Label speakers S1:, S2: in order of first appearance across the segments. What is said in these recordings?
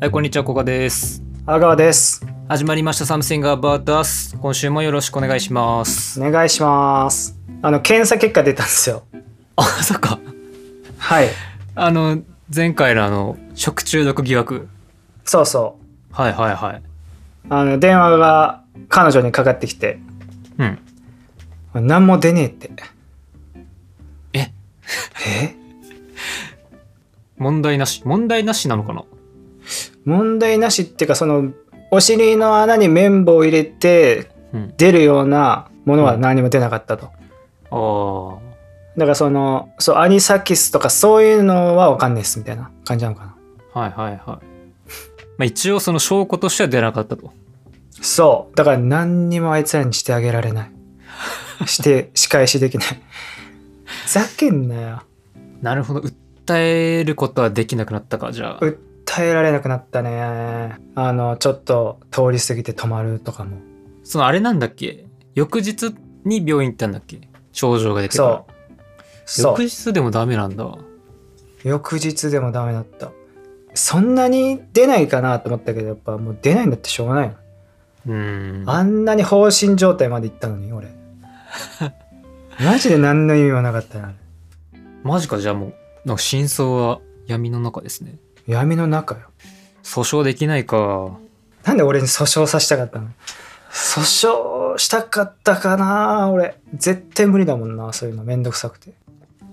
S1: はい、こんにちは、ここです。
S2: 阿川です。
S1: 始まりました、Something About Us。今週もよろしくお願いします。
S2: お願いします。あの検査結果出たんですよ。
S1: あ、そっか。
S2: はい。
S1: あの、前回のあの、食中毒疑惑。
S2: そうそ
S1: はいはいはい。
S2: う。あの電話が彼女にかかってきて、
S1: うん。
S2: 何も出ねえって。
S1: え、
S2: え？
S1: 問題なし。問題なしなのかな
S2: 問題なしっていうかそのお尻の穴に綿棒を入れて
S1: うん。
S2: 出るようなものは何も出なかったと。
S1: あー。
S2: だからそのそうアニサキスとかそういうのはわかんないですみたいな感じなのかな。
S1: はいはいはい。まあ、一応その証拠としては出なかったと。
S2: そうだから何にもあいつらにしてあげられない して仕返しできないふざけんなよ
S1: なるほど。訴えることはできなくなったか、じゃあ。
S2: 耐えられなくなったねあのちょっと通り過ぎて止まるとかも
S1: そのあれなんだっけ翌日に病院行ったんだっけ症状が出てから。
S2: そうそう
S1: 翌日でもダメなんだ。
S2: 翌日でもダメだったそんなに出ないかなと思ったけどやっぱもう出ないんだってしょうがないの
S1: うん。
S2: あんなに放心状態まで行ったの に俺マジで何の意味もなかったなあれ
S1: マジかじゃあもうなんか真相は闇の中ですね
S2: 闇の中よ
S1: 訴訟できないか
S2: なんで俺に訴訟させたかったの訴訟したかったかな俺絶対無理だもんなそういうのめんどくさくて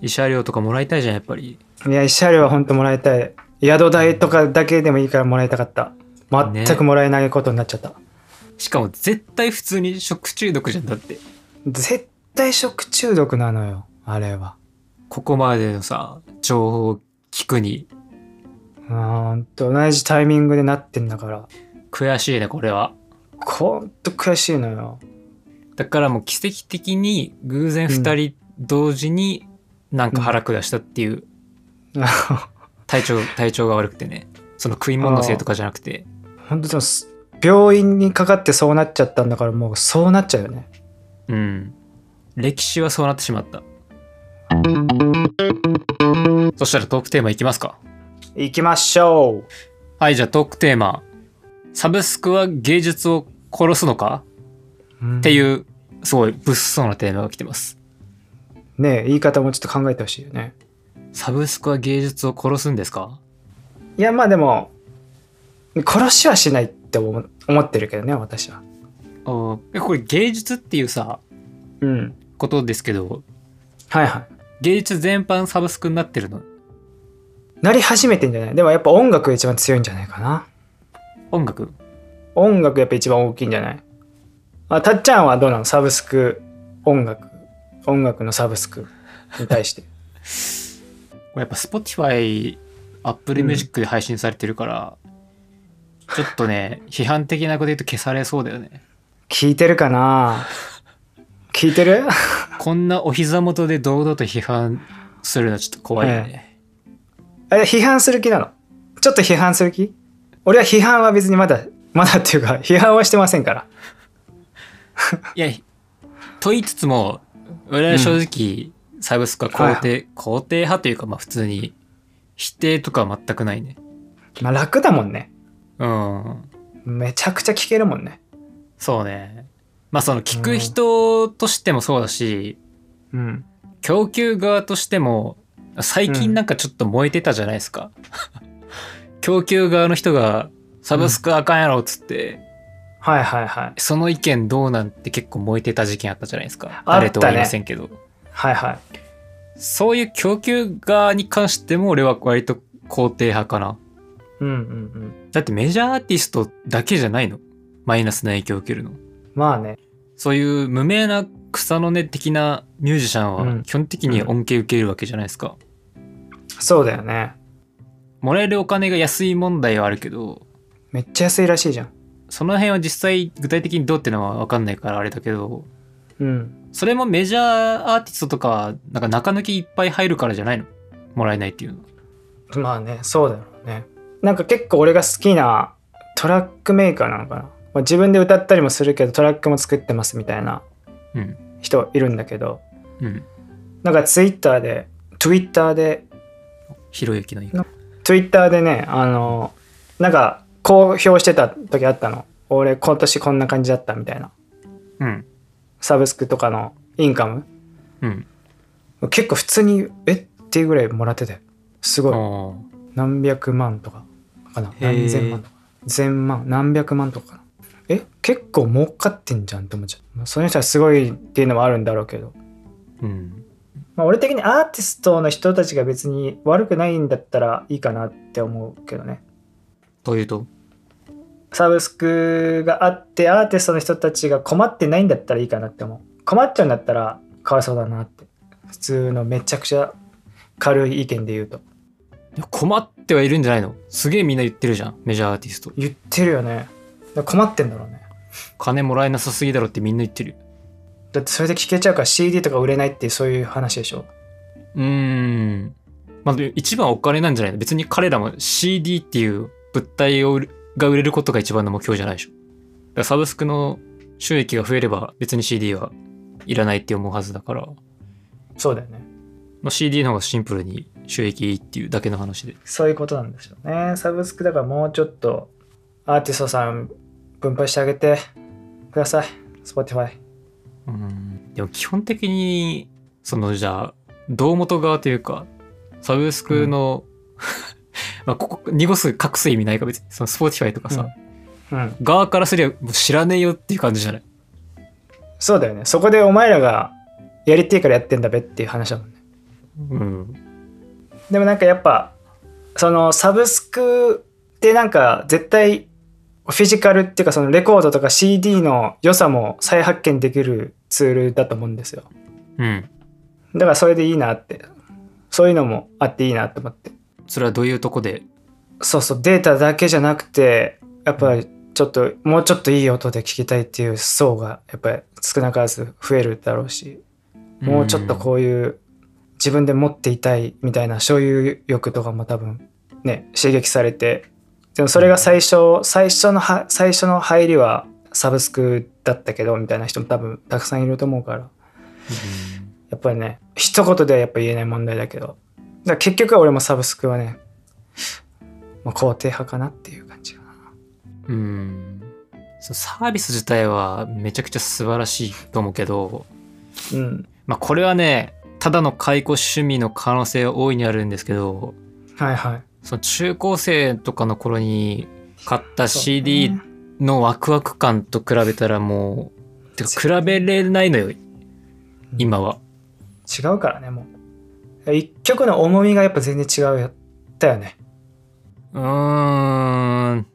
S1: 慰謝料とかもらいたいじゃんやっぱり
S2: いや慰謝料はほんともらいたい宿代とかだけでもいいからもらいたかった全くもらえないことになっちゃった、
S1: しかも絶対普通に食中毒じゃんだって
S2: 絶対食中毒なのよあれは
S1: ここまでのさ情報を聞くに
S2: うーんと同じタイミングでなってんだから
S1: 悔しいねこれは
S2: ほんと悔しいのよ
S1: だからもう奇跡的に偶然
S2: うん
S1: 2人同時になんか腹下したっていう
S2: あ
S1: 体調体調が悪くてねその食い物のせいとかじゃなくて
S2: のほんとでもす病院にかかってそうなっちゃったんだからもうそうなっちゃうよね
S1: うん歴史はそうなってしまったそしたらトークテーマいきますか
S2: 行きましょう
S1: はい、じゃあトークテーマ。サブスクは芸術を殺すのか
S2: うん
S1: っていう、すごい物騒なテーマが来てます。
S2: ねえ言い方もちょっと考えてほしいよね
S1: サブスクは芸術を殺すんですか
S2: いやまあでも殺しはしないって思思ってるけどね私は
S1: おえこれ芸術っていうさ、
S2: うん
S1: ことですけど、
S2: はいはい
S1: 芸術全般サブスクになってるの。
S2: なり始めてんじゃないでもやっぱ音楽が一番強いんじゃないかな
S1: 音楽
S2: 音楽やっぱ一番大きいんじゃないあたっちゃんはどうなのサブスク音楽音楽のサブスクに対して
S1: これやっぱ Spotify、Apple
S2: うん
S1: Music で配信されてるから、ちょっと ね、批判的なこと言うと消されそうだよね。
S2: 聞いてるかな聞いてる
S1: こんなお膝元で堂々と批判するのはちょっと怖いよね。
S2: あ批判する気なのちょっと批判する気俺は批判は別にまだまだっていうか批判はしてませんから
S1: いや、と言いつつも、俺は正直、サブスクは肯定、肯定派というか、まあ普通に、否定とかは全くないね。
S2: まあ楽だもんね
S1: うん。
S2: めちゃくちゃ聞けるもんね
S1: そうね。まあその、聞く人としてもそうだし、
S2: うん
S1: 供給側としても、最近なんかちょっと燃えてたじゃないですか。供給側の人が、サブスクあかんやろっつって、
S2: はいはいはい
S1: その意見どうなんて結構燃えてた事件あったじゃないですか。
S2: あった
S1: 誰
S2: ね
S1: とは言いませんけど。
S2: はいはい
S1: そういう供給側に関しても俺は割と肯定派かな。
S2: うんうんうん
S1: だってメジャーアーティストだけじゃないの。マイナスな影響を受けるの。
S2: まあね
S1: そういう無名な草の根的なミュージシャン
S2: う
S1: は
S2: ん
S1: 基本的に恩恵受けるわけじゃないですか。
S2: そうだよね
S1: もらえるお金が安い問題はあるけど、
S2: めっちゃ安いらしいじゃん
S1: その辺は実際具体的にどうっていうのはわかんないからあれだけど、
S2: うん
S1: それもメジャーアーティストとかはなんか中抜きいっぱい入るからじゃないの。もらえないっていうの。
S2: まあねそうだろうねなんか結構俺が好きなトラックメーカーなのかな、まあ、自分で歌ったりもするけどトラックも作ってますみたいな
S1: うん。
S2: 人いるんだけど
S1: うん。
S2: なんかツイッターでツイッターで
S1: ひろゆきの言い方。
S2: ツイッターでねあのなんか公表してた時あったの俺今年こんな感じだったみたいな
S1: うん。
S2: サブスクとかのインカム
S1: うん。
S2: 結構普通にえっていうぐらいもらっててす
S1: あ
S2: ごい
S1: ー
S2: 何百万とかかな
S1: へー
S2: 何千万とか千万何百万とかかなえ結構儲かってんじゃんって思っちゃう、まあ、その人はすごいっていうのもあるんだろうけど、
S1: うん。
S2: まあ、俺的にアーティストの人たちが別に悪くないんだったらいいかなって思うけどね
S1: というと、
S2: サブスクがあってアーティストの人たちが困ってないんだったらいいかなって思う困っちゃうんだったらかわいそうだなって普通のめちゃくちゃ軽い意見で言うと
S1: いや困ってはいるんじゃないのすげえみんな言ってるじゃん、メジャーアーティスト。
S2: 言ってるよねだから困ってんだろうね
S1: 金もらえなさすぎだろってみんな言ってる。
S2: だってそれで聞けちゃうから CD とか売れないっていうそういう話でしょ
S1: うーん。まあ、で一番はお金なんじゃないの別に彼らも CD っていう物体を売るが売れることが一番の目標じゃないでしょ。だからサブスクの収益が増えれば別に CD はいらないって思うはずだから、
S2: そうだよね
S1: まあ、CD の方がシンプルに収益いいっていうだけの話で。
S2: そういうことなんでしょうねサブスクだからもうちょっとアーティストさん分配してあげてください Spotify
S1: うん。でも基本的に、そのじゃあ、胴元側というか、サブスクの、 まあここ濁す隠す意味ないか別にその Spotify とかさ、
S2: うん
S1: 側からすりゃもう知らねえよっていう感じじゃない
S2: そうだよねそこでお前らがやりてえからやってんだべっていう話だもんね
S1: うん。
S2: でもなんかやっぱそのサブスクってなんか絶対フィジカルっていうかそのレコードとか CD の良さも再発見できるツールだと思うんですよ
S1: うん。
S2: だからそれでいいなってそういうのもあっていいなって思って
S1: それはどういうとこで。
S2: そうそうデータだけじゃなくてやっぱりちょっともうちょっといい音で聞きたいっていう層がやっぱり少なからず増えるだろうしもうちょっとこういう自分で持っていたいみたいな所有欲とかも多分ね刺激されてでもそれが最初最初のは最初の入りはサブスクだったけどみたいな人も多分たくさんいると思うから
S1: う。
S2: やっぱりね一言ではやっぱ言えない問題だけどだから結局は俺もサブスクはね、まあ、肯定派かなっていう感じかなん
S1: うん。そのサービス自体はめちゃくちゃ素晴らしいと思うけど、
S2: うん
S1: まあこれはね、ただの解雇趣味の可能性は大いにあるんですけど、
S2: はいはい
S1: その中高生とかの頃に買った
S2: そう
S1: CD
S2: ね
S1: のワクワク感と比べたらもう、てか比べれないのよ、今は。
S2: 違うからねもう一曲の重みがやっぱ全然違うやったよね
S1: うーん。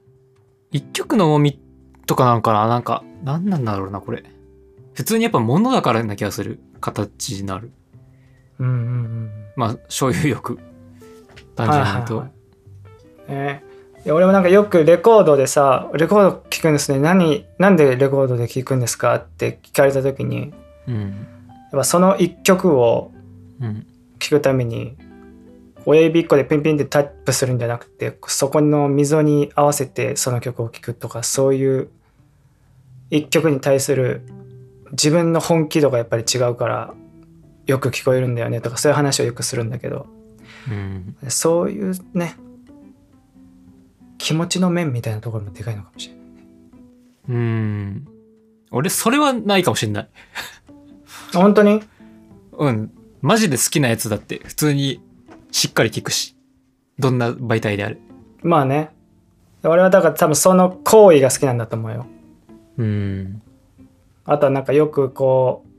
S1: 一曲の重みとかなんかななんか、なんなんだろうな、これ。普通にやっぱ物だからな気がする。形になる。
S2: うんうんうん
S1: まあ、所有欲。単純に言うと。
S2: はいはいはいねいや俺もなんかよくレコードでさ「レコード聴くんですね何なんでレコードで聴くんですか?」って聞かれた時に
S1: う
S2: や
S1: ん。
S2: っぱその1曲を
S1: うん。
S2: 聴くために親指1個でピンピンってタップするんじゃなくてそこの溝に合わせてその曲を聴くとかそういう1曲に対する自分の本気度がやっぱり違うからよく聞こえるんだよねとかそういう話をよくするんだけど
S1: うん。
S2: そういうね、気持ちの面みたいなところもでかいのかもしれない。
S1: うん。俺、それはないかもしれない。
S2: 本当に
S1: うん。マジで好きなやつだって、普通にしっかり聞くし。どんな媒体である。
S2: まあね。俺はだから多分その行為が好きなんだと思うよ。
S1: うん。
S2: あとはなんかよくこう、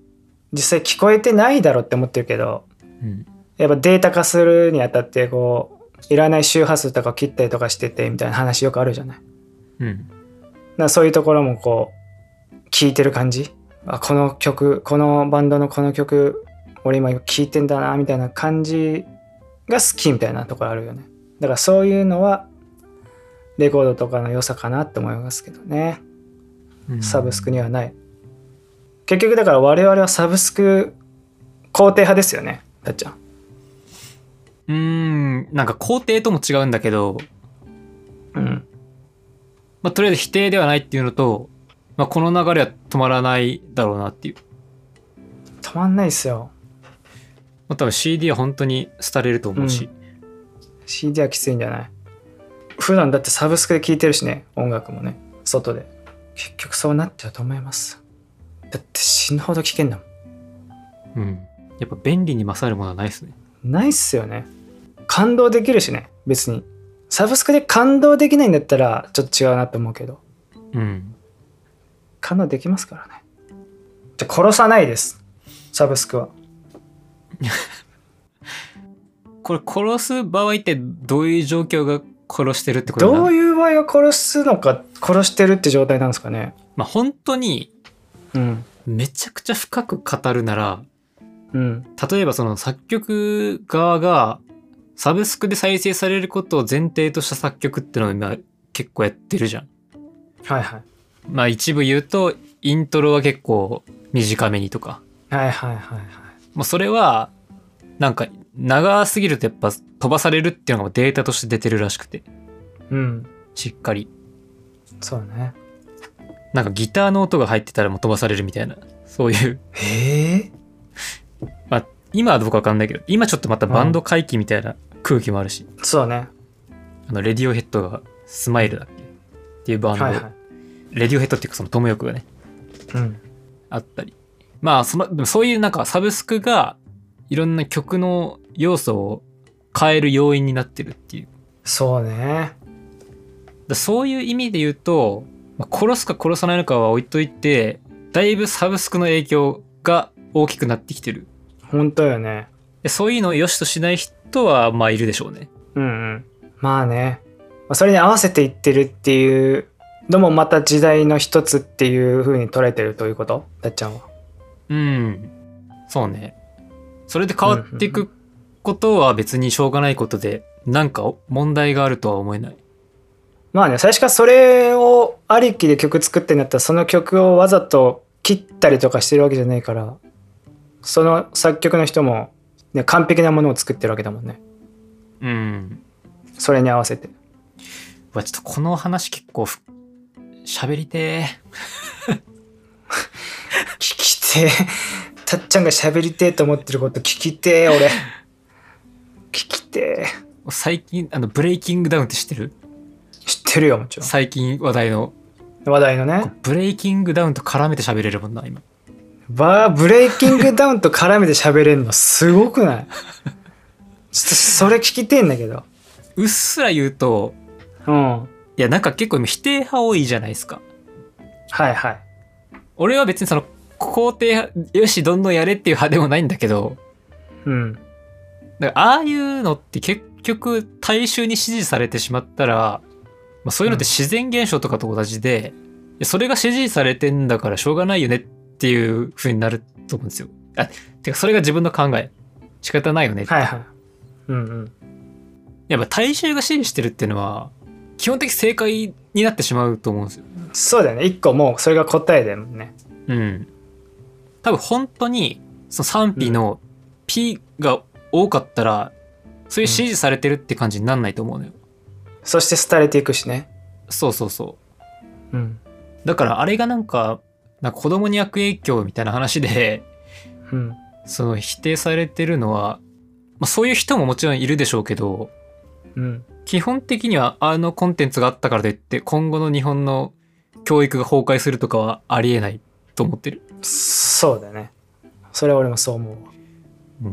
S2: 実際聞こえてないだろうって思ってるけど、
S1: うん。
S2: やっぱデータ化するにあたってこう、いらない周波数とかを切ったりとかしててみたいな話よくあるじゃない。
S1: うん。
S2: なそういうところもこう聞いてる感じあこの曲このバンドのこの曲俺今聴いてんだなみたいな感じが好きみたいなところあるよねだからそういうのはレコードとかの良さかなって思いますけどね
S1: うん
S2: サブスクにはない、結局だから我々はサブスク肯定派ですよねたっちゃん
S1: うーん、なんか肯定とも違うんだけど、
S2: うん
S1: まあ、とりあえず否定ではないっていうのと、まあ、この流れは止まらないだろうなっていう。
S2: 止まんないですよ
S1: まあ、多分 CD は本当に廃れると思うし。
S2: CD はきついんじゃない普段だってサブスクで聴いてるしね音楽もね外で結局そうなっちゃうと思いますだって死ぬほど危険だも
S1: うん。やっぱ便利に勝るものはないですね。
S2: んないっすよね感動できるしね別にサブスクで感動できないんだったらちょっと違うなと思うけど
S1: うん。
S2: 感動できますからねじゃあ殺さないですサブスクは
S1: これ殺す場合ってどういう状況が殺してるってこと
S2: どう
S1: う
S2: いう場合が殺すのか殺してるって状態なんですかね
S1: まあ本当に
S2: うん
S1: めちゃくちゃ深く語るなら、
S2: うん
S1: 例えばその作曲側がサブスクで再生されることを前提とした作曲ってのを今結構やってるじゃん。
S2: はいはい
S1: まあ一部言うとイントロは結構短めにとか。
S2: はいはいはいはい
S1: もうそれはなんか長すぎるとやっぱ飛ばされるっていうのがデータとして出てるらしくて、
S2: うん
S1: しっかり。
S2: そうだね
S1: なんかギターの音が入ってたらもう飛ばされるみたいな、そういう。
S2: へえ
S1: まあ今はどうかわかんないけど、今ちょっとまたバンド回帰みたいな空気もあるし、
S2: そうね
S1: あの、レディオヘッドがスマイルだっけっていうバンド、
S2: はいはい
S1: レディオヘッドっていうかそのトムヨクがね、
S2: うん
S1: あったり。まあその、でもそういうなんかサブスクがいろんな曲の要素を変える要因になってるっていう。
S2: そうね
S1: だそういう意味で言うと、まあ殺すか殺さないのかは置いといてだいぶサブスクの影響が大きくなってきてる
S2: 本当よね
S1: でそういうのを良しとしない人はまあいるでしょうね
S2: うんうんまあねまあそれに合わせていってるっていうのもまた時代の一つっていう風に捉えてるということだっちゃんは
S1: うんそうねそれで変わっていくことは別にしょうがないことでなんか問題があるとは思えない
S2: まあね最初からそれをありきで曲作ってんだったらその曲をわざと切ったりとかしてるわけじゃないからその作曲の人も、ね、完璧なものを作ってるわけだもんね
S1: うん
S2: それに合わせて
S1: うわちょっとこの話結構ふ喋りてー
S2: 聞きてえ たっちゃんが喋りてえと思ってること聞きてえ俺聞きてえ
S1: 最近あのブレイキングダウンって知ってる
S2: 知ってるよもちろ
S1: 最近話題の
S2: ん話題のね
S1: ブレイキングダウンと絡めて喋れるもんな今
S2: バーブレイキングダウンと絡めて喋れるのすごくないちょっとそれ聞きてえんだけど
S1: うっすら言うと
S2: うんはい
S1: やなんか結構今否定派多いじゃないですか
S2: いはい
S1: 俺は別にその肯定派よしどんどんやれっていう派でもないんだけど
S2: うん
S1: だからああいうのって結局大衆に支持されてしまったら、まあ、そういうのって自然現象とかと同じで、いやそれが支持されてんだからしょうがないよねっていう風になると思うんですよあてかそれが自分の考え仕方ないよね、
S2: はいはいうんうん
S1: やっぱ大衆が支持してるっていうのは基本的に正解になってしまうと思うんですよ
S2: そうだよね一個もうそれが答えだもんね
S1: うん。多分本当に、その賛否の P が多かったら、そういう支持されてるって感じになんないと思うのよ。
S2: そして廃れていくしね
S1: そうそうそ
S2: うん
S1: う。だからあれがなんか、なんか子供に悪影響みたいな話で、
S2: うん
S1: その否定されてるのは、まあそういう人ももちろんいるでしょうけど、
S2: うん
S1: 基本的にはあのコンテンツがあったからといって、今後の日本の教育が崩壊するとかはありえないと思ってる。
S2: そうだよねそれは俺もそう思うわ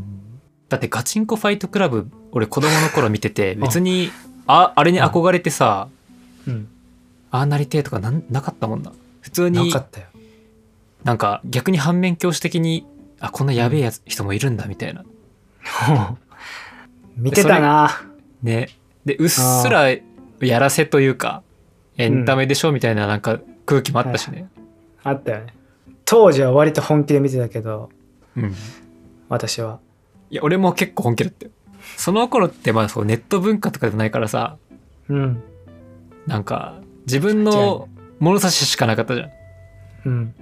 S1: だってガチンコファイトクラブ俺子供の頃見てて別にああれに憧れてさ、
S2: うん
S1: ああなりてえとかなんなかったもんな普通
S2: な
S1: に
S2: かったよ
S1: なんか逆に反面教師的にあこんなやべえやつ人もいるんだみたいな
S2: 見てたな
S1: ねでうっすらやらせというかエンタメでしょみたいななんか空気もあったしね、
S2: あったよね当時は割と本気で見てたけど
S1: うん、い
S2: 私は
S1: や俺も結構本気だったよその頃ってまだそうネット文化とかじゃないからさ
S2: うん
S1: なんか自分
S2: 違
S1: の物差ししかなかったじゃん
S2: うん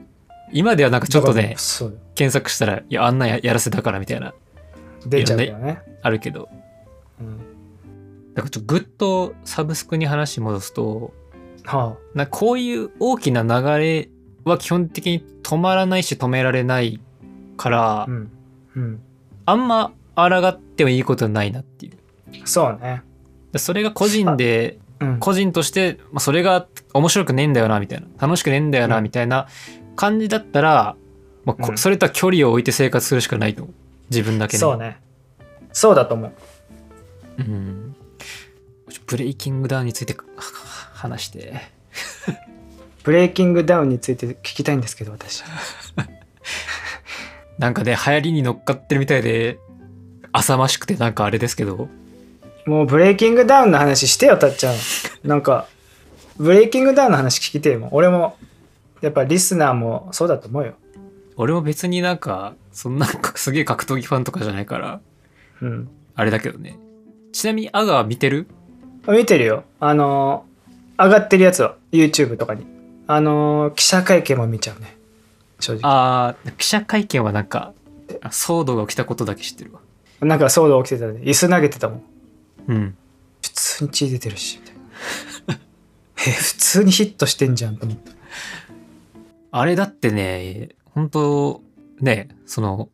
S1: 今ではなんかちょっとね
S2: そうよ
S1: 検索したら、いや、あんなんややらせたからみたいな、
S2: 出ちゃうけどね
S1: あるけど。
S2: うん
S1: だからちょっとぐっとサブスクに話戻すと、
S2: は
S1: なこういう大きな流れは基本的に止まらないし止められないから、
S2: あうんうん
S1: あんま抗ってもいいことないなっていう。
S2: そうね
S1: でそれが個人で
S2: うん
S1: 個人として、まあ、それが面白くねえんだよなみたいな楽しくねえんだよ
S2: う
S1: なんみたいな感じだったら、まあこ
S2: うん
S1: それとは距離を置いて生活するしかないと思う自分だけね
S2: そうねそうだと思う
S1: うん、ちょブレイキングダウンについてか話して
S2: ブレイキングダウンについて聞きたいんですけど私
S1: なんかね流行りに乗っかってるみたいで浅ましくてなんかあれですけど
S2: もうブレイキングダウンの話してよたっちゃんなんかブレイキングダウンの話聞きてえもん俺もやっぱリスナーもそうだと思うよ
S1: 俺も別になんかそんななんかすげえ格闘技ファンとかじゃないから
S2: うん
S1: あれだけどねちなみにアガは見てる
S2: 見てるよあのー上がってるやつは YouTube とかにあのー記者会見も見ちゃうね正直
S1: あー記者会見はなんかあ騒動が起きたことだけ知ってるわ
S2: なんか騒動起きてたね椅子投げてたもん
S1: うん
S2: 普通に血出てるしみたいなえ普通にヒットしてんじゃんと思った
S1: あれだってね本当ねその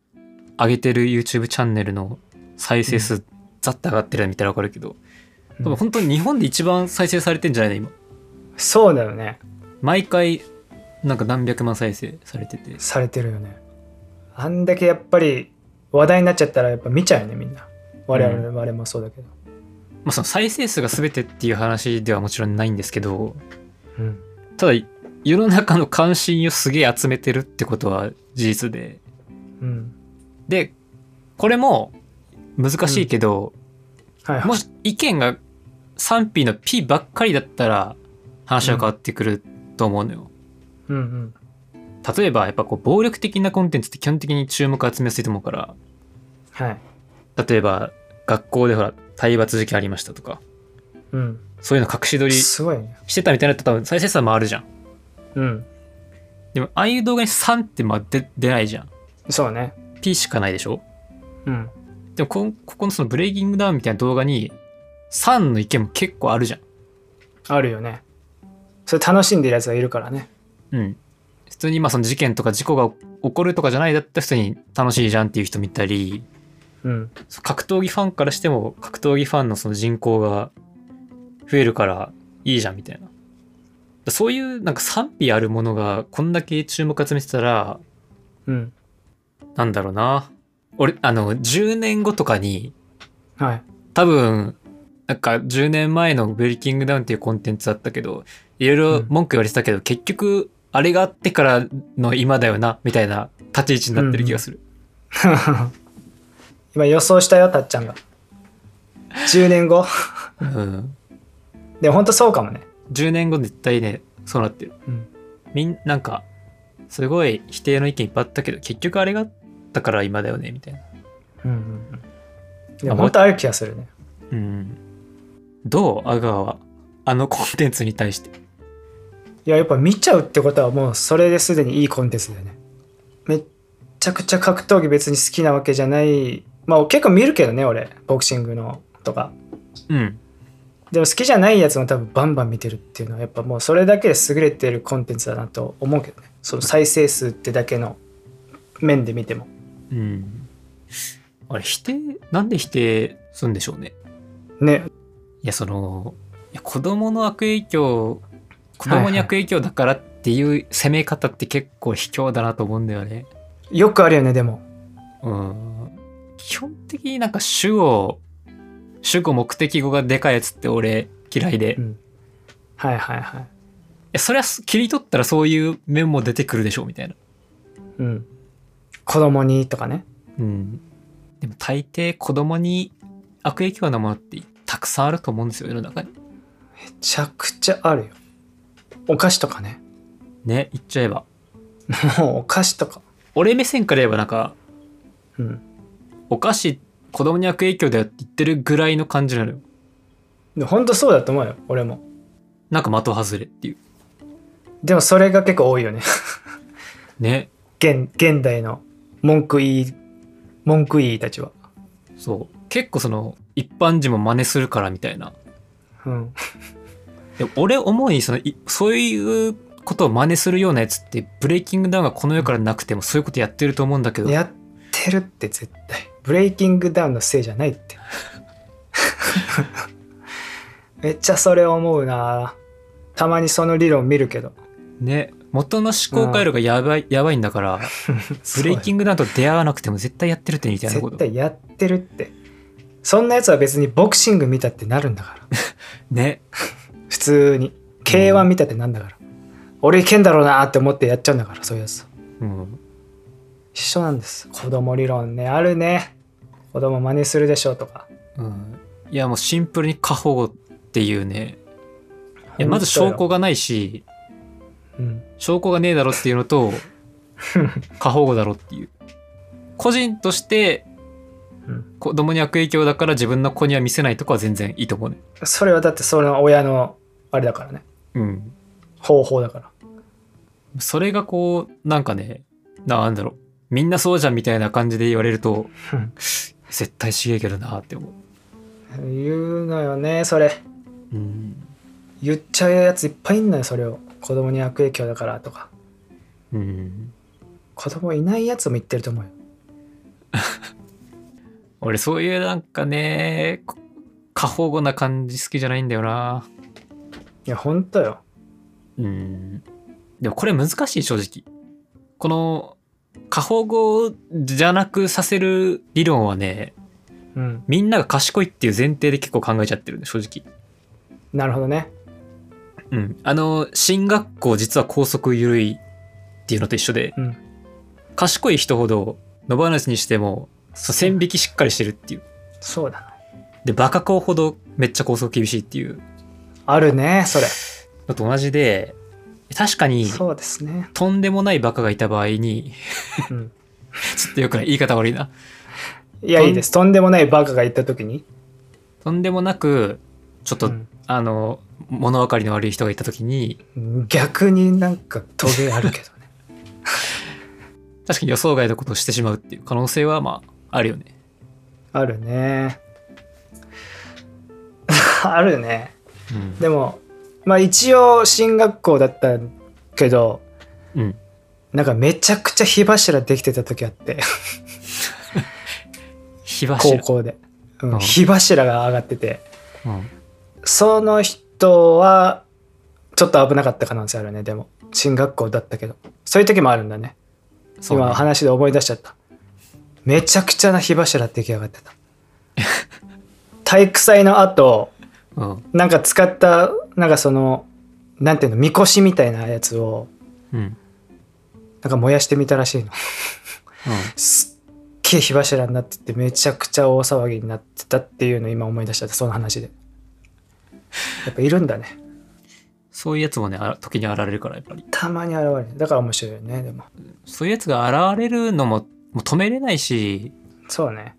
S1: 上げてる YouTube チャンネルの再生数、ざっと上がってるの見たらわかるけど多
S2: う
S1: 分
S2: ん
S1: 本当に日本で一番再生されてんじゃないの今
S2: そうだよね
S1: 毎回なんか何百万再生されてて
S2: されてるよねあんだけやっぱり話題になっちゃったらやっぱ見ちゃうよねみんな我々,、我々もそうだけど、
S1: まあ、その再生数が全てっていう話ではもちろんないんですけど
S2: うん、
S1: ただ世の中の関心をすげえ集めてるってことは事実で
S2: うん、
S1: でこれも難しいけど、
S2: はいはい
S1: もし意見が賛否の P ばっかりだったら話は変わってくると思うのよ、
S2: うんうん
S1: 例えばやっぱこう暴力的なコンテンツって基本的に注目集めやすいと思うから
S2: はい
S1: 例えば学校でほら体罰事件ありましたとか
S2: うん
S1: そういうの隠し撮りし
S2: すごいね
S1: てたみたいなのって多分再生数は回るじゃん
S2: うん
S1: でもああいう動画に3ってまあ出出ないじゃん
S2: そうね
S1: P しかないでしょ
S2: うん
S1: でもこんここのそのブレイキングダウンみたいな動画に3の意見も結構あるじゃん
S2: あるよねそれ楽しんでるやつがいるからね
S1: うん、普通にまあその事件とか事故が起こるとかじゃないだったら普通に楽しいじゃんっていう人見たり
S2: うん
S1: そう格闘技ファンからしても格闘技ファンのその人口が増えるからいいじゃんみたいなだそういうなんか賛否あるものがこんだけ注目集めてたら
S2: うん
S1: なんだろうな俺あの10年後とかに
S2: はい
S1: 多分なんか10年前の「ブレイキングダウン」っていうコンテンツだったけどいろいろ文句言われてたけど、結局あれがあってからの今だよなみたいな立ち位置になってる気がする、
S2: 今予想したよたっちゃんが10年後
S1: うん
S2: でもほんとそうかもね
S1: 10年後絶対ねそうなってる、
S2: うん
S1: みんなんかすごい否定の意見いっぱいあったけど結局あれがあったから今だよねみたいな、
S2: うんうんうんでもほんとある気がするね
S1: うん、どう阿川はあのコンテンツに対して
S2: いややっぱ見ちゃうってことはもうそれですでにいいコンテンツだよねめっちゃくちゃ格闘技別に好きなわけじゃないまあ結構見るけどね俺ボクシングのとか
S1: うん
S2: でも好きじゃないやつも多分バンバン見てるっていうのはやっぱもうそれだけで優れてるコンテンツだなと思うけどねその再生数ってだけの面で見ても
S1: うんあれ否定なんで否定するんでしょうね
S2: ね
S1: いやそのいや子供の悪影響子供に悪影響だからっていう攻め方って結構卑怯だなと思うんだよね。
S2: よくあるよねでも
S1: うん基本的になんか主語主語目的語がでかいやつって俺嫌いで、
S2: う
S1: い
S2: んはいはいはい
S1: やそれは切り取ったらそういう面も出てくるでしょうみたいな。
S2: うん子供にとかね
S1: うん、でも大抵子供に悪影響なものってたくさんあると思うんですよ世の中に。
S2: めちゃくちゃあるよお菓子とかね
S1: ね言っちゃえば。
S2: もうお菓子とか
S1: 俺目線から言えばなんか
S2: うん
S1: お菓子子供に悪影響だよって言ってるぐらいの感じなのよ。
S2: で本当そうだと思うよ俺も
S1: なんか的外れっていう。
S2: でもそれが結構多いよね
S1: ね。
S2: 現現代の文句言い文句言いたちは
S1: そう。結構その、一般人も真似するからみたいな。
S2: うん
S1: でも俺思い、その、いそういうことを真似するようなやつって、ブレイキングダウンがこの世からなくてもそういうことやってると思うんだけど、
S2: やってるって絶 対ブレイキングダウンのせいじゃないってめっちゃそれ思うなたまにその理論見るけど
S1: ね元の思考回路がやばい、やばいんだから ブレイキングダウンと出会わなくても絶対やってるってみたいなこ
S2: 絶
S1: と
S2: 対やってるってそんなやつは別にボクシング見たってなるん だから
S1: ね
S2: 普通に K1 見たってなんだから、俺いけんだろうなって思ってやっちゃうんだからそういうやつ
S1: うん
S2: 一緒なんです子供理論ねあるね子供真似するでしょとか
S1: うんいやもうシンプルに過保護っていうねいやまず
S2: 本当
S1: 証
S2: よ
S1: 拠がないし
S2: うん
S1: 証拠がねえだろっていうの と過保護だろっていう個人として
S2: うん
S1: 子供に悪影響だから自分の子には見せないとかは全然いいと思うね
S2: それはだってその親のあれだからね
S1: うん
S2: 方法だから
S1: それがこうなんかねなんだろうみんなそうじゃんみたいな感じで言われると
S2: うん
S1: 絶対しげけどなって思う
S2: 言うのよねそれ
S1: うん
S2: 言っちゃうやついっぱいいんのよそれを子供に悪影響だからとか
S1: うん
S2: 子供いないやつも言ってると思うよ
S1: 俺そういうなんかねこ過保護な感じ好きじゃないんだよない
S2: やほんとよ
S1: うんでもこれ難しい正直この過保護じゃなくさせる理論はね
S2: うん
S1: みんなが賢いっていう前提で結構考えちゃってるんで正直
S2: なるほどね
S1: うんあの進学校実は校則緩いっていうのと一緒で
S2: うん
S1: 賢い人ほど野放しにしてもそう線引きしっかりしてるっていう
S2: そうだな
S1: でバカ校ほどめっちゃ校則厳しいっていう
S2: あるねそれ
S1: のと同じで確かに
S2: そうですね
S1: とんでもないバカがいた場合に
S2: うん
S1: ちょっとよくない言い方悪いない
S2: やいいですとんでもないバカが言った時に
S1: とんでもなくちょっと、
S2: うん
S1: あの物分かりの悪い人がいた時に
S2: 逆になんかトゲあるけどね
S1: 確かに予想外のことをしてしまうっていう可能性はまああるよね
S2: あるね あるね
S1: うん
S2: でもまあ一応進学校だったけど
S1: うん
S2: なんかめちゃくちゃ火柱できてた時あって
S1: 火
S2: 高
S1: 柱
S2: 校で、うん
S1: うん
S2: 火柱が上がってて
S1: うん
S2: その人はちょっと危なかった可能性あるねでも進学校だったけどそういう時もあるんだね
S1: そうね
S2: 今話で思い出しちゃっためちゃくちゃな火柱出来上がって た体育祭の後
S1: うん
S2: なんか使ったなんかそのなんていうのみこしみたいなやつを
S1: うんうん
S2: なんか燃やしてみたらしいのすっげえ火柱になっててめちゃくちゃ大騒ぎになってたっていうのを今思い出しちゃったその話でやっぱいるんだね
S1: そういうやつもねあら時に現れるからやっぱり
S2: たまに現れるだから面白いよねでも
S1: そういうやつが現れるのももう止めれないし、
S2: そうね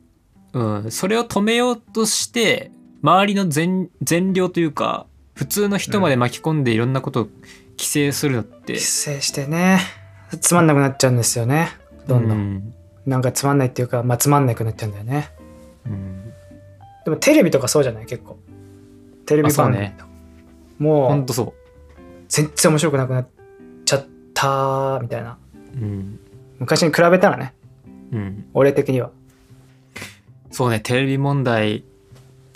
S1: うん、それを止めようとして周りの善善良というか普通の人まで巻き込んでいろんなことを規制するのって、
S2: 帰省してねつまんなくなっちゃうんですよねどんどん、
S1: うん
S2: なんかつまんないっていうか、まあ、つまんなくなっちゃうんだよね
S1: うん
S2: でもテレビとかそうじゃない結構テレビ番組とか、
S1: ほ
S2: も
S1: ん
S2: う
S1: とそ
S2: 全然面白くなくなっちゃったみたいな
S1: ううん
S2: 昔に比べたらね
S1: うん
S2: 俺的には
S1: そうねテレビ問題と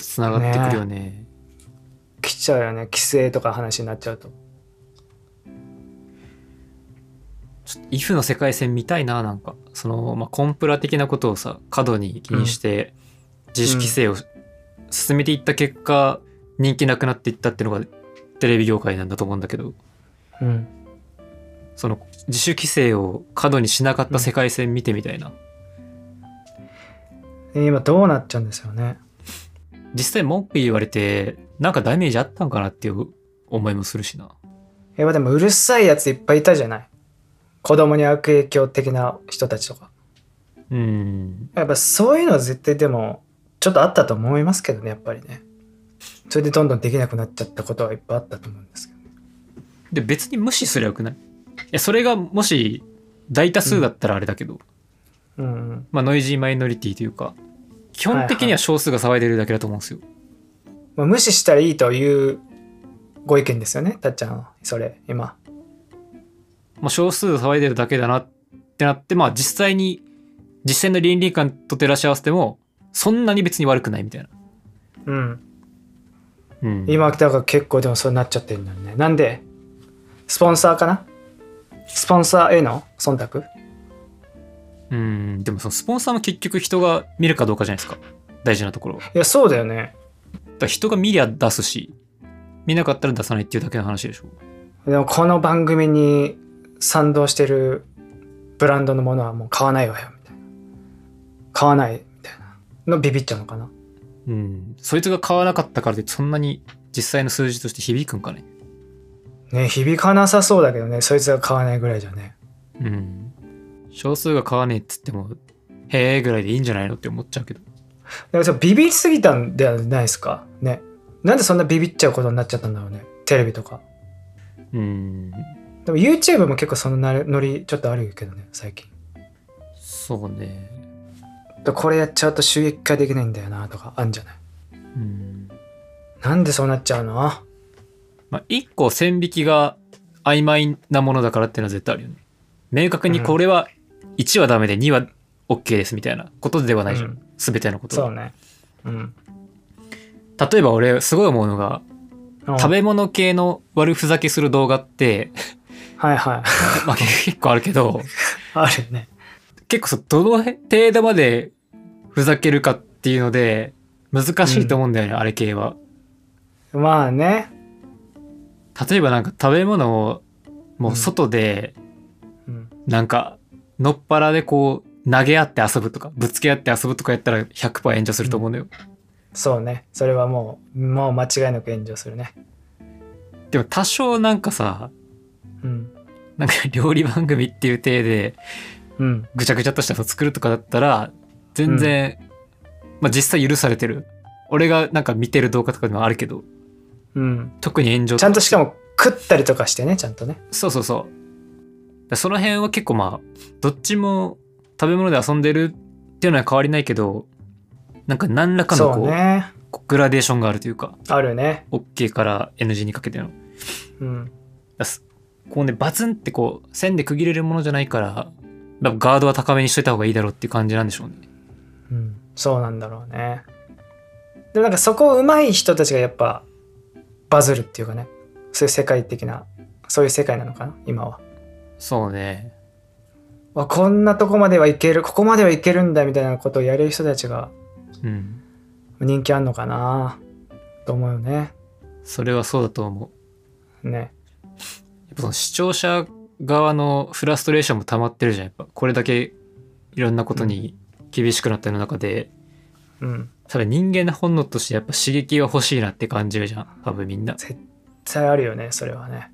S1: つながってくるよね
S2: 来ちゃうよね帰省とか話になっちゃうと
S1: ちょっとイフの世界線見たいななんかその、まあ、コンプラ的なことをさ過度に気にして自主規制を進めていった結果、人気なくなっていったっていうのがテレビ業界なんだと思うんだけど
S2: うん
S1: その自主規制を過度にしなかった世界線見てみたいな、
S2: で今どうなっちゃうんですよね
S1: 実際文句言われてなんかダメージあったんかなっていう思いもするしな
S2: やっぱでもうるさいやついっぱいいたじゃない子供に悪影響的な人たちとか
S1: うん
S2: やっぱそういうのは絶対でもちょっとあったと思いますけどねやっぱりねそれでどんどんできなくなっちゃったことはいっぱいあったと思うんですけど
S1: で別に無視すりゃよくないいやそれがもし大多数だったらあれだけど、
S2: うんうん
S1: まあ、ノイジーマイノリティというか基本的には少数が騒いでるだけだと思うんですよ、
S2: まあ、無視したらいいというご意見ですよねたっちゃんはそれ今
S1: まあ、少数が騒いでるだけだなってなってまあ実際に実践の倫理観と照らし合わせてもそんなに別に悪くないみたいな
S2: うん
S1: うん、
S2: 今だから結構でもそうなっちゃってるんだよねなんでスポンサーかなスポンサーへの忖度
S1: うんでもそのスポンサーも結局人が見るかどうかじゃないですか大事なところはい
S2: やそうだよ
S1: だ
S2: ね
S1: から人が見りゃ出すし見なかったら出さないっていうだけの話でしょ
S2: でもこの番組に賛同してるブランドのものはもう買わないわよみたいな買わないみたいなのビビっちゃうのかな
S1: うんそいつが買わなかったからでそんなに実際の数字として響くんかね
S2: ね響かなさそうだけどねそいつが買わないぐらいじゃね
S1: うん少数が買わねえっつってもへえぐらいでいいんじゃないのって思っちゃうけど
S2: だからそれビビりすぎたんではないですかねなんでそんなビビっちゃうことになっちゃったんだろうねテレビとか
S1: うん
S2: でも YouTube も結構そのなノリちょっとあるけどね最近
S1: そうね
S2: だこれやっちゃうと収益化できないんだよなとかあるんじゃない
S1: うん
S2: なんでそうなっちゃうの
S1: まあ一個線引きが曖昧なものだからっていうのは絶対あるよね明確にこれは1はダメで2は OK ですみたいなことではないじゃん、
S2: うん
S1: 全てのこと
S2: そう
S1: が
S2: ねうん
S1: 例えば俺すごい思うのが
S2: うん
S1: 食べ物系の悪ふざけする動画って、
S2: はいはい
S1: まあ、結構あるけど
S2: あるよね
S1: 結構そどの程度までふざけるかっていうので難しいと思うんだよね、あれ系は。
S2: まあね
S1: 例えばなんか食べ物をも
S2: う
S1: うん外で
S2: うん
S1: なんかのっぱらでこう投げ合って遊ぶとかぶつけ合って遊ぶとかやったら100%炎上すると思うんだよ。
S2: そうねそれはもうもう間違いなく炎上するね
S1: でも多少なんかさ
S2: うん
S1: なんか料理番組っていう体で
S2: うん
S1: ぐちゃぐちゃっとしたの作るとかだったら全然、まあ実際許されてる俺がなんか見てる動画とかでもあるけど
S2: うん
S1: 特に炎上
S2: ちゃんとしかも食ったりとかしてねちゃんとね
S1: そうそうそうだからその辺は結構まあどっちも食べ物で遊んでるっていうのは変わりないけどなんか何らかの
S2: そ
S1: こ
S2: う
S1: う
S2: ね
S1: こうグラデーションがあるというか
S2: あるね
S1: OK から NG にかけての
S2: うん
S1: だすこうねバツンってこう線で区切れるものじゃないからやっぱガードは高めにしといた方がいいだろうっていう感じなんでしょうね
S2: うんそうなんだろうねでもなんかそこ上手い人たちがやっぱバズるっていうかねそういう世界的なそういう世界なのかな今は
S1: そうね
S2: わこんなとこまではいけるここまではいけるんだみたいなことをやれる人たちが
S1: うん
S2: 人気あんのかなと思うよね
S1: それはそうだと思う
S2: ね
S1: やっぱその視聴者側のフラストレーションも溜まってるじゃんやっぱこれだけいろんなことに厳しくなった世の中で、
S2: うん
S1: ただ人間の本能としてやっぱ刺激が欲しいなって感じるじゃん多分みんなだか
S2: 絶対あるよねそれはね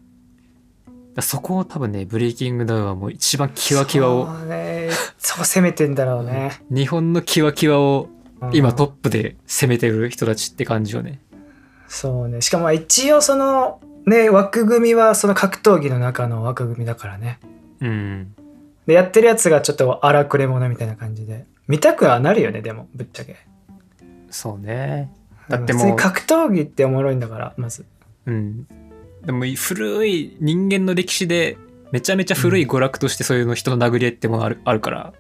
S1: らそこを多分ねブレイキングダウンはもう一番キワキワを
S2: そうねそこ攻めてんだろうね、
S1: 日本のキワキワを
S2: うん
S1: 今トップで攻めてる人たちって感じよね
S2: そうねしかも一応そのね枠組みはその格闘技の中の枠組みだからね
S1: うん
S2: でやってるやつがちょっと荒くれ者みたいな感じで見たくはなるよねでもぶっちゃけ
S1: そうねだって
S2: ん
S1: も
S2: 普通に格闘技っておもろいんだからまず
S1: う、うん、でも古い人間の歴史でめちゃめちゃ古い娯楽としてそういうの人の殴り合いってものあるあるから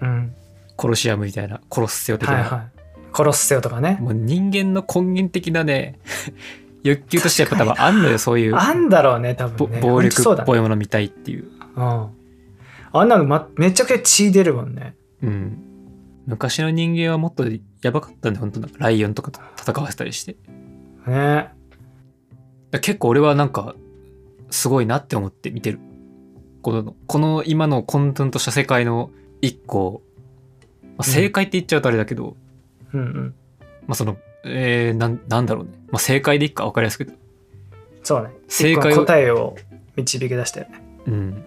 S2: うん
S1: コロシアムみたいなコロッセオ的な、
S2: はいはい殺すよとかね
S1: もう人間の根源的なね 欲求としてやっぱ多分あんのよそういう
S2: あんだろうね多
S1: ぼ
S2: 分ね
S1: 暴力
S2: ほんとそう
S1: っ
S2: だね
S1: ぽいもの見たいっていう
S2: うんあんなの、ま、めちゃくちゃ血出るもんね
S1: うん昔の人間はもっとやばかったんで本当なんかライオンとかと戦わせたりしてだか
S2: ね
S1: ら結構俺はなんかすごいなって思って見てるこのこの今の混沌とした世界の一個、まあ、正解って言っちゃうとあれだけど、
S2: うんうん
S1: まあそのえー、なんなんだろうね、まあ、正解でいいか分かりやすく言う
S2: そうね
S1: 正解を
S2: 一個の答えを導き出したよね
S1: とうんだ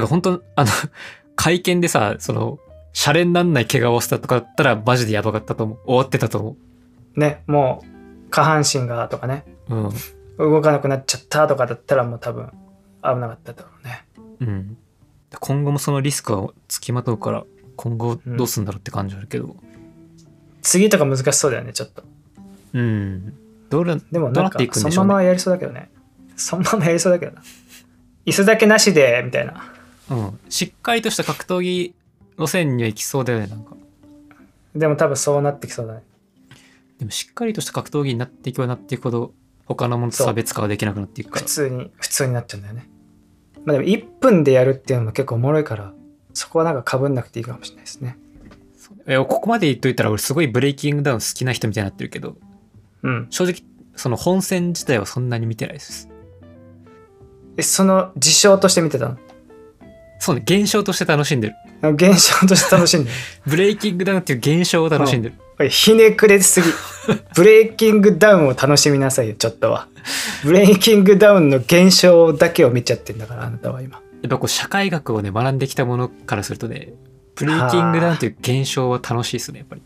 S1: から本当あの 会見でさそのシャレになんない怪我をしたとかだったらマジでやばかったと思う終わってたと思
S2: ねもう下半身がとかね
S1: ううん
S2: 動かなくなっちゃったとかだったらもう多分危なかっただろうね
S1: うん、今後もそのリスクはつきまとうから今後どうすんだろうって感じあるけど、
S2: 次とか難しそうだよねちょっと
S1: うんどうな
S2: で
S1: どう
S2: も
S1: な
S2: な
S1: んっ
S2: か
S1: ていくん
S2: そ
S1: で
S2: の
S1: しょ
S2: ま
S1: うね
S2: まやりそうだけどねそのままやりそうだけどな椅子だけなしでみたいな
S1: うん、しっかりとした格闘技路線には行きそうだよねなんか
S2: でも多分そうなってきそうだね
S1: でもしっかりとした格闘技になっていけばなっていくほど、他のものと差別化はできなくなっていくか
S2: 普
S1: ら。
S2: 通に普通になっちゃうんだよねまあでも1分でやるっていうのも結構おもろいからそこはなんかかぶんなくていいかもしれないですね
S1: えここまで言っといたら俺すごいブレイキングダウン好きな人みたいになってるけど、
S2: うん
S1: 正直、その本戦自体はそんなに見てないです。
S2: えその事象として見てたの
S1: そうね、現象として楽しんでる。
S2: 現象として楽しんでる
S1: ブレイキングダウンっていう現象を楽しんでる。
S2: おいひねくれすぎブレイキングダウンを楽しみなさいよちょっとはブレイキングダウンの現象だけを見ちゃってんだからあなたは今
S1: やっぱこう社会学をね、学んできたものからするとね、ブレイキングダウンという現象は楽しいですね、やっぱり。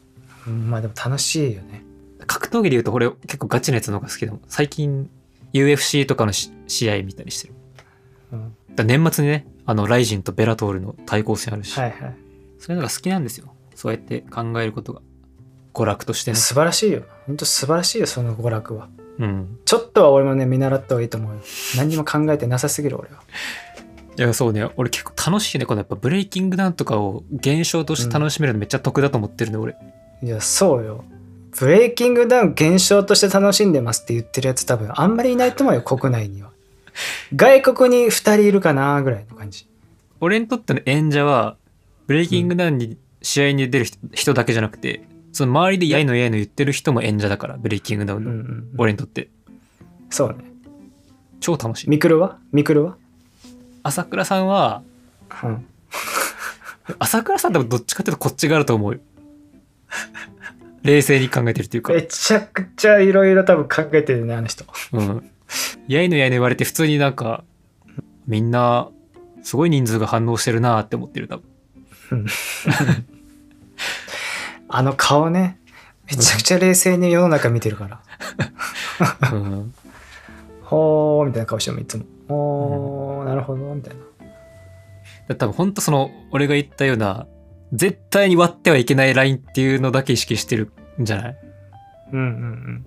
S2: うんまあでも楽しいよね
S1: 格闘技で言うと俺結構ガチなやつの方が好きだもん。最近 UFC とかのし試合見たりしてる。
S2: うん
S1: だから年末にね、あの、ライジンとベラトールの対抗戦あるし、
S2: はいはい
S1: そういうのが好きなんですよ。そうやって考えることが。娯楽としてね。
S2: 素晴らしいよ本当素晴らしいよその娯楽は
S1: うん。
S2: ちょっとは俺もね見習った方がいいと思うよ何にも考えてなさすぎる俺はい
S1: や、そうね。俺結構楽しいね。このやっぱブレイキングダウンとかを現象として楽しめるのめっちゃ得だと思ってるね、俺。
S2: いやそうよブレイキングダウン現象として楽しんでますって言ってるやつ多分あんまりいないと思うよ国内には外国に2人いるかなぐらいの感じ
S1: 俺にとっての演者はブレイキングダウンに試合に出る人,、人だけじゃなくてその周りでやいのやいの言ってる人も演者だからブレイキングダウ
S2: う
S1: ン
S2: ん
S1: の、
S2: うんうん
S1: 俺にとって
S2: そうね
S1: 超楽しい
S2: ミクルはミクルは、
S1: 朝倉さんは
S2: うん、
S1: 朝倉さん多分どっちかっていうとこっちがあると思うよ冷静に考えてるっていうか
S2: めちゃくちゃいろいろ多分考えてるねあの人
S1: うんやいのやいの言われて普通になんかみんなすごい人数が反応してるなーって思ってる多分
S2: あの顔ねめちゃくちゃ冷静に世の中見てるから、
S1: うん
S2: ほーみたいな顔してるもんいつもほー、なるほどみたいな
S1: だから多分本当その俺が言ったような絶対に割ってはいけないラインっていうのだけ意識してるんじゃない
S2: うんうんうん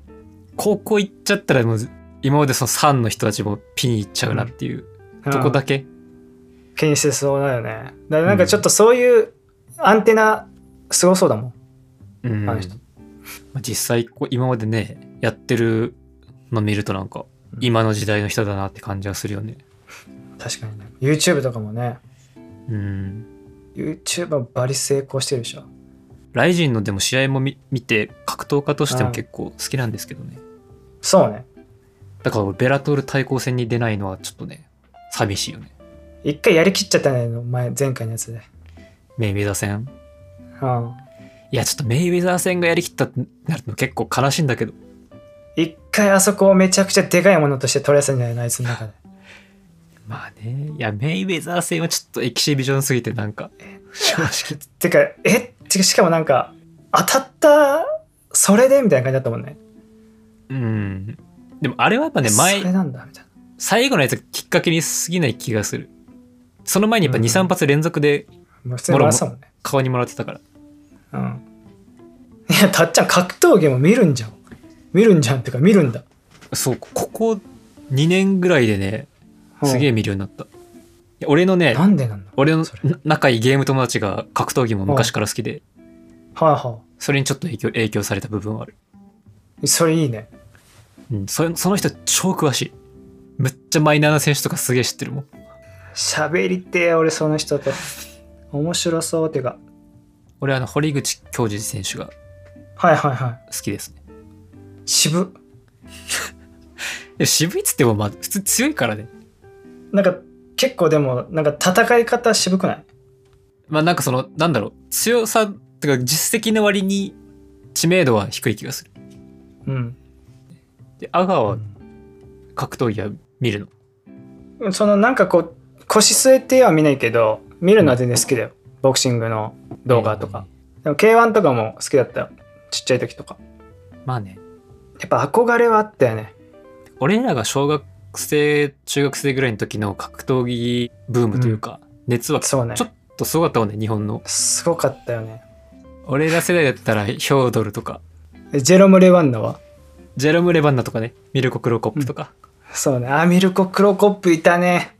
S1: 高校行っちゃったらもう今までその3の人たちもピに行っちゃうなっていう
S2: うん
S1: とこだけ、
S2: 気にしてそうだよねだからなんかちょっとそういうアンテナすごそうだもん、
S1: うんま
S2: あの人
S1: あ実際こう今までねやってるの見るとなんか
S2: うん
S1: 今の時代の人だなって感じはするよね
S2: 確かにね YouTube とかもね
S1: うん
S2: YouTube はバリ成功してるでしょ
S1: ライジンのでも試合も見見て格闘家としても結構好きなんですけどね
S2: そうね
S1: だから俺ベラトール対抗戦に出ないのはちょっとね寂しいよね
S2: 一回やりきっちゃったね前前回のやつで
S1: メイウェザー戦
S2: うん
S1: いや、ちょっとメイウェザー戦がやりきったってなるの結構悲しいんだけど。
S2: 一回あそこをめちゃくちゃでかいものとして取り出せないなあいつ の中で
S1: まあね、いや、メイウェザー戦はちょっとエキシビジョンすぎてなんか、正直。
S2: てかえてかしかもなんか当たったそれでみたいな感じだったもんね
S1: うん。でもあれはやっぱね、
S2: それ
S1: 前、
S2: なんだみたいな
S1: 最後のやつがきっかけに過ぎない気がする。その前にやっぱ
S2: うん
S1: 2、3発連続で
S2: もう普通に笑ってたもんね
S1: 顔にもらってたから。
S2: うんいやたっちゃん格闘技も見るんじゃん見るんじゃんってか見るんだ
S1: そう、ここ2年ぐらいでね、すげえ
S2: え
S1: 見るようになった。いや俺のね
S2: な、んでなんだろ
S1: 俺の
S2: それ
S1: 仲いいゲーム友達が格闘技も昔から好きで、
S2: うはいは
S1: それにちょっと影響影響された部分はある。
S2: いそれいいね
S1: うん、それその人超詳しいめっちゃマイナーな選手とかすげえ知ってるもん
S2: 喋りてえ俺その人と面白そうっていうか
S1: 俺あの堀口教授選手が好
S2: はいはいはい
S1: きですね
S2: 渋
S1: で渋いっつってもまあ普通強いからね
S2: なんか結構でもなんか戦い方渋くない
S1: まあなんかそのなんだろう強さってか実績の割に知名度は低い気がする
S2: うん、
S1: で阿川は格闘技は見るの
S2: うんそのなんかこう腰据えては見ないけど見るのは全然好きだよボクシングの動画とか、、でも K1 とかも好きだったよちっちゃい時とか
S1: えーまあね
S2: やっぱ憧れはあったよね
S1: 俺らが小学生中学生ぐらいの時の格闘技ブームというか、熱はちょ
S2: そうね
S1: っとすごかったもんね日本の
S2: すごかったよね
S1: 俺ら世代だったらヒョードルとか
S2: でジェロム・レワンナは
S1: ジェロム・レバンナとかね、ミルコ・クロコップとか。
S2: そうね。あ、ミルコ・クロコップいたね。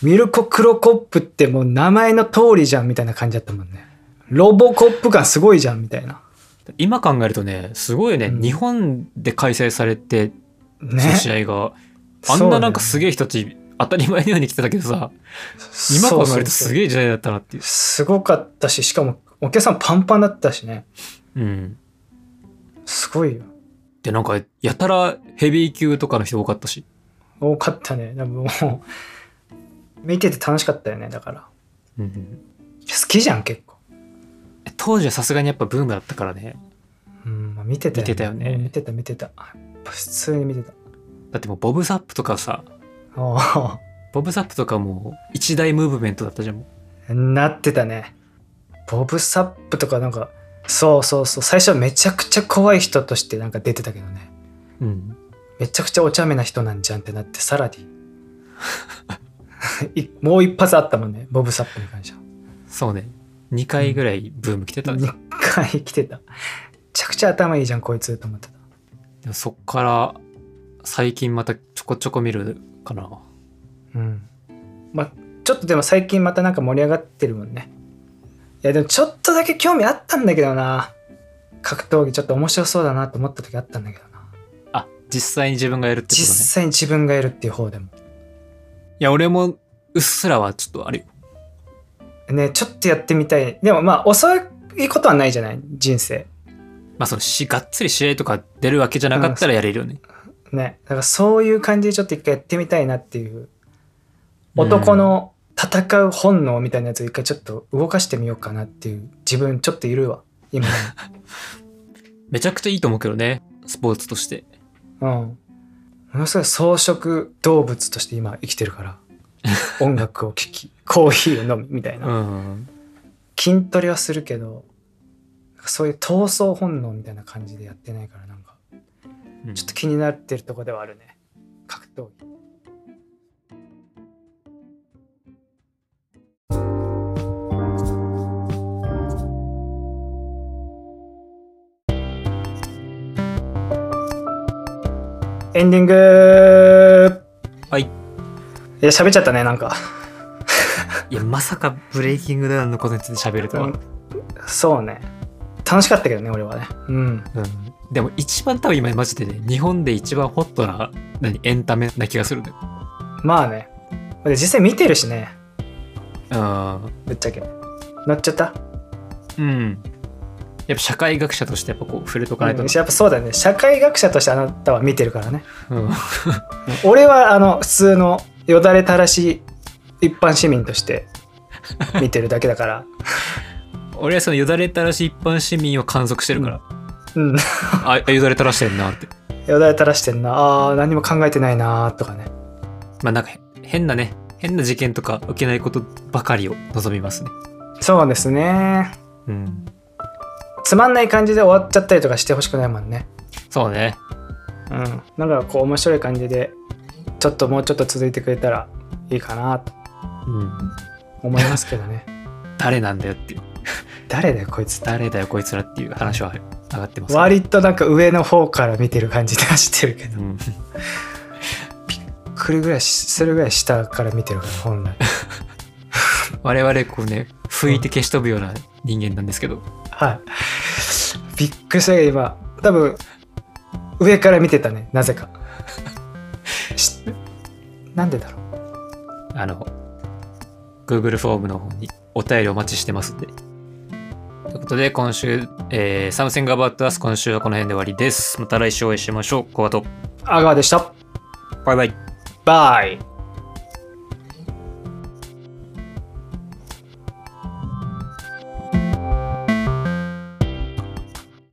S2: ミルコ・クロコップってもう名前の通りじゃんみたいな感じだったもんね。ロボコップ感すごいじゃんみたいな。
S1: 今考えるとね、すごいよね。
S2: うん
S1: 日本で開催されて、その
S2: ね
S1: 試合が、あんななんかすげえ人たち、当たり前のように来てたけどさ、今考えるとす
S2: え
S1: げえ時代だったなっていう。
S2: すごかったししかもお客さんパンパンだったしね
S1: うん。
S2: すごいよ
S1: で、なんか、やたらヘビー級とかの人多かったし。
S2: 多かったねでももう見てて楽しかったよねだから
S1: うん。
S2: 好きじゃん結構、
S1: 当時はさすがにやっぱブームだったからね。
S2: うんまあ、見てた
S1: 見てたよね
S2: 見てた見てたやっぱ普通に見てた
S1: だってもうボブ・サップとかさ、
S2: おー
S1: ボブ・サップとかもう一大ムーブメントだったじゃん。も
S2: なってたねボブ・サップとかなんかそうそうそう最初めちゃくちゃ怖い人としてなんか出てたけどね
S1: ううん。
S2: めちゃくちゃお茶目な人なんじゃんってなってさらに いもう一発あったもんねボブ・サップに関しては
S1: そうね。2回ぐらいブーム来てたね。
S2: 2回来てためちゃくちゃ頭いいじゃんこいつと思ってた
S1: でもそっから最近またちょこちょこ見るかな
S2: うんまあちょっとでも最近またなんか盛り上がってるもんねいやでもちょっとだけ興味あったんだけどな格闘技ちょっと面白そうだなと思った時あったんだけどな
S1: あ実際に自分がやるってことね
S2: 実際に自分がいるっていう方でも
S1: いや俺もうっすらはちょっとあれよ
S2: ねちょっとやってみたいでもまあ遅いことはないじゃない人生
S1: まあそのしがっつり試合とか出るわけじゃなかったらやれるよね、
S2: ねだからそういう感じでちょっと一回やってみたいなっていう男の戦う本能みたいなやつを一回ちょっと動かしてみようかなっていう自分ちょっといるわ今
S1: めちゃくちゃいいと思うけどねスポーツとして
S2: うんものすごい草食動物として今生きてるから音楽を聴きコーヒーを飲むみたいうな、
S1: ん
S2: 筋トレはするけどなんかそういう闘争本能みたいな感じでやってないからなんか
S1: うん
S2: ちょっと気になってるとこではあるね格闘技エンディング
S1: はい
S2: いや喋っちゃったねなんか
S1: いやまさかブレイキングダウンのことについて喋るとは、
S2: う
S1: うん
S2: んそうね楽しかったけどね俺はねうん
S1: でも一番多分今マジでね日本で一番ホットな何エンタメな気がするね
S2: まあねで実際見てるしね
S1: うん
S2: ぶっちゃけ乗っちゃった
S1: うんやっぱ社会学者としてやっぱこう触れとかないと
S2: う、
S1: なん
S2: やっぱそうだよね社会学者としてあなたは見てるからね
S1: うん
S2: 俺はあの普通のよだれ垂らし一般市民として見てるだけだから
S1: 俺はそのよだれ垂らし一般市民を観測してるから、
S2: うん
S1: ああよだれ垂らしてんなって
S2: よだれ垂らしてんなあー何も考えてないなーとかね
S1: まあなんかへ変なね変な事件とか受けないことばかりを望みますね
S2: そうですね
S1: うん
S2: つまんない感じで終わっちゃったりとかしてほしくないもんね
S1: そうね
S2: うんなんかこう面白い感じでちょっともうちょっと続いてくれたらいいかなと
S1: うん
S2: 思いますけど ね
S1: 誰なんだよっていう
S2: 誰だよこいつって
S1: 誰だよこいつらっていう話は上がってますね
S2: 割となんか上の方から見てる感じで走ってるけど
S1: うん、
S2: 来るぐらいしするぐらい下から見てるから本来
S1: 我々こうね拭いて消し飛ぶような人間なんですけど
S2: はいびっくりしたけど今多分上から見てたねなぜかしなんでだろう
S1: あの Google フォームの方にお便りお待ちしてますんでということで今週、えー、サムセンガバットアス今週はこの辺で終わりですまた来週お会いしましょうコアと
S2: 阿川でした
S1: バイバイ
S2: バイ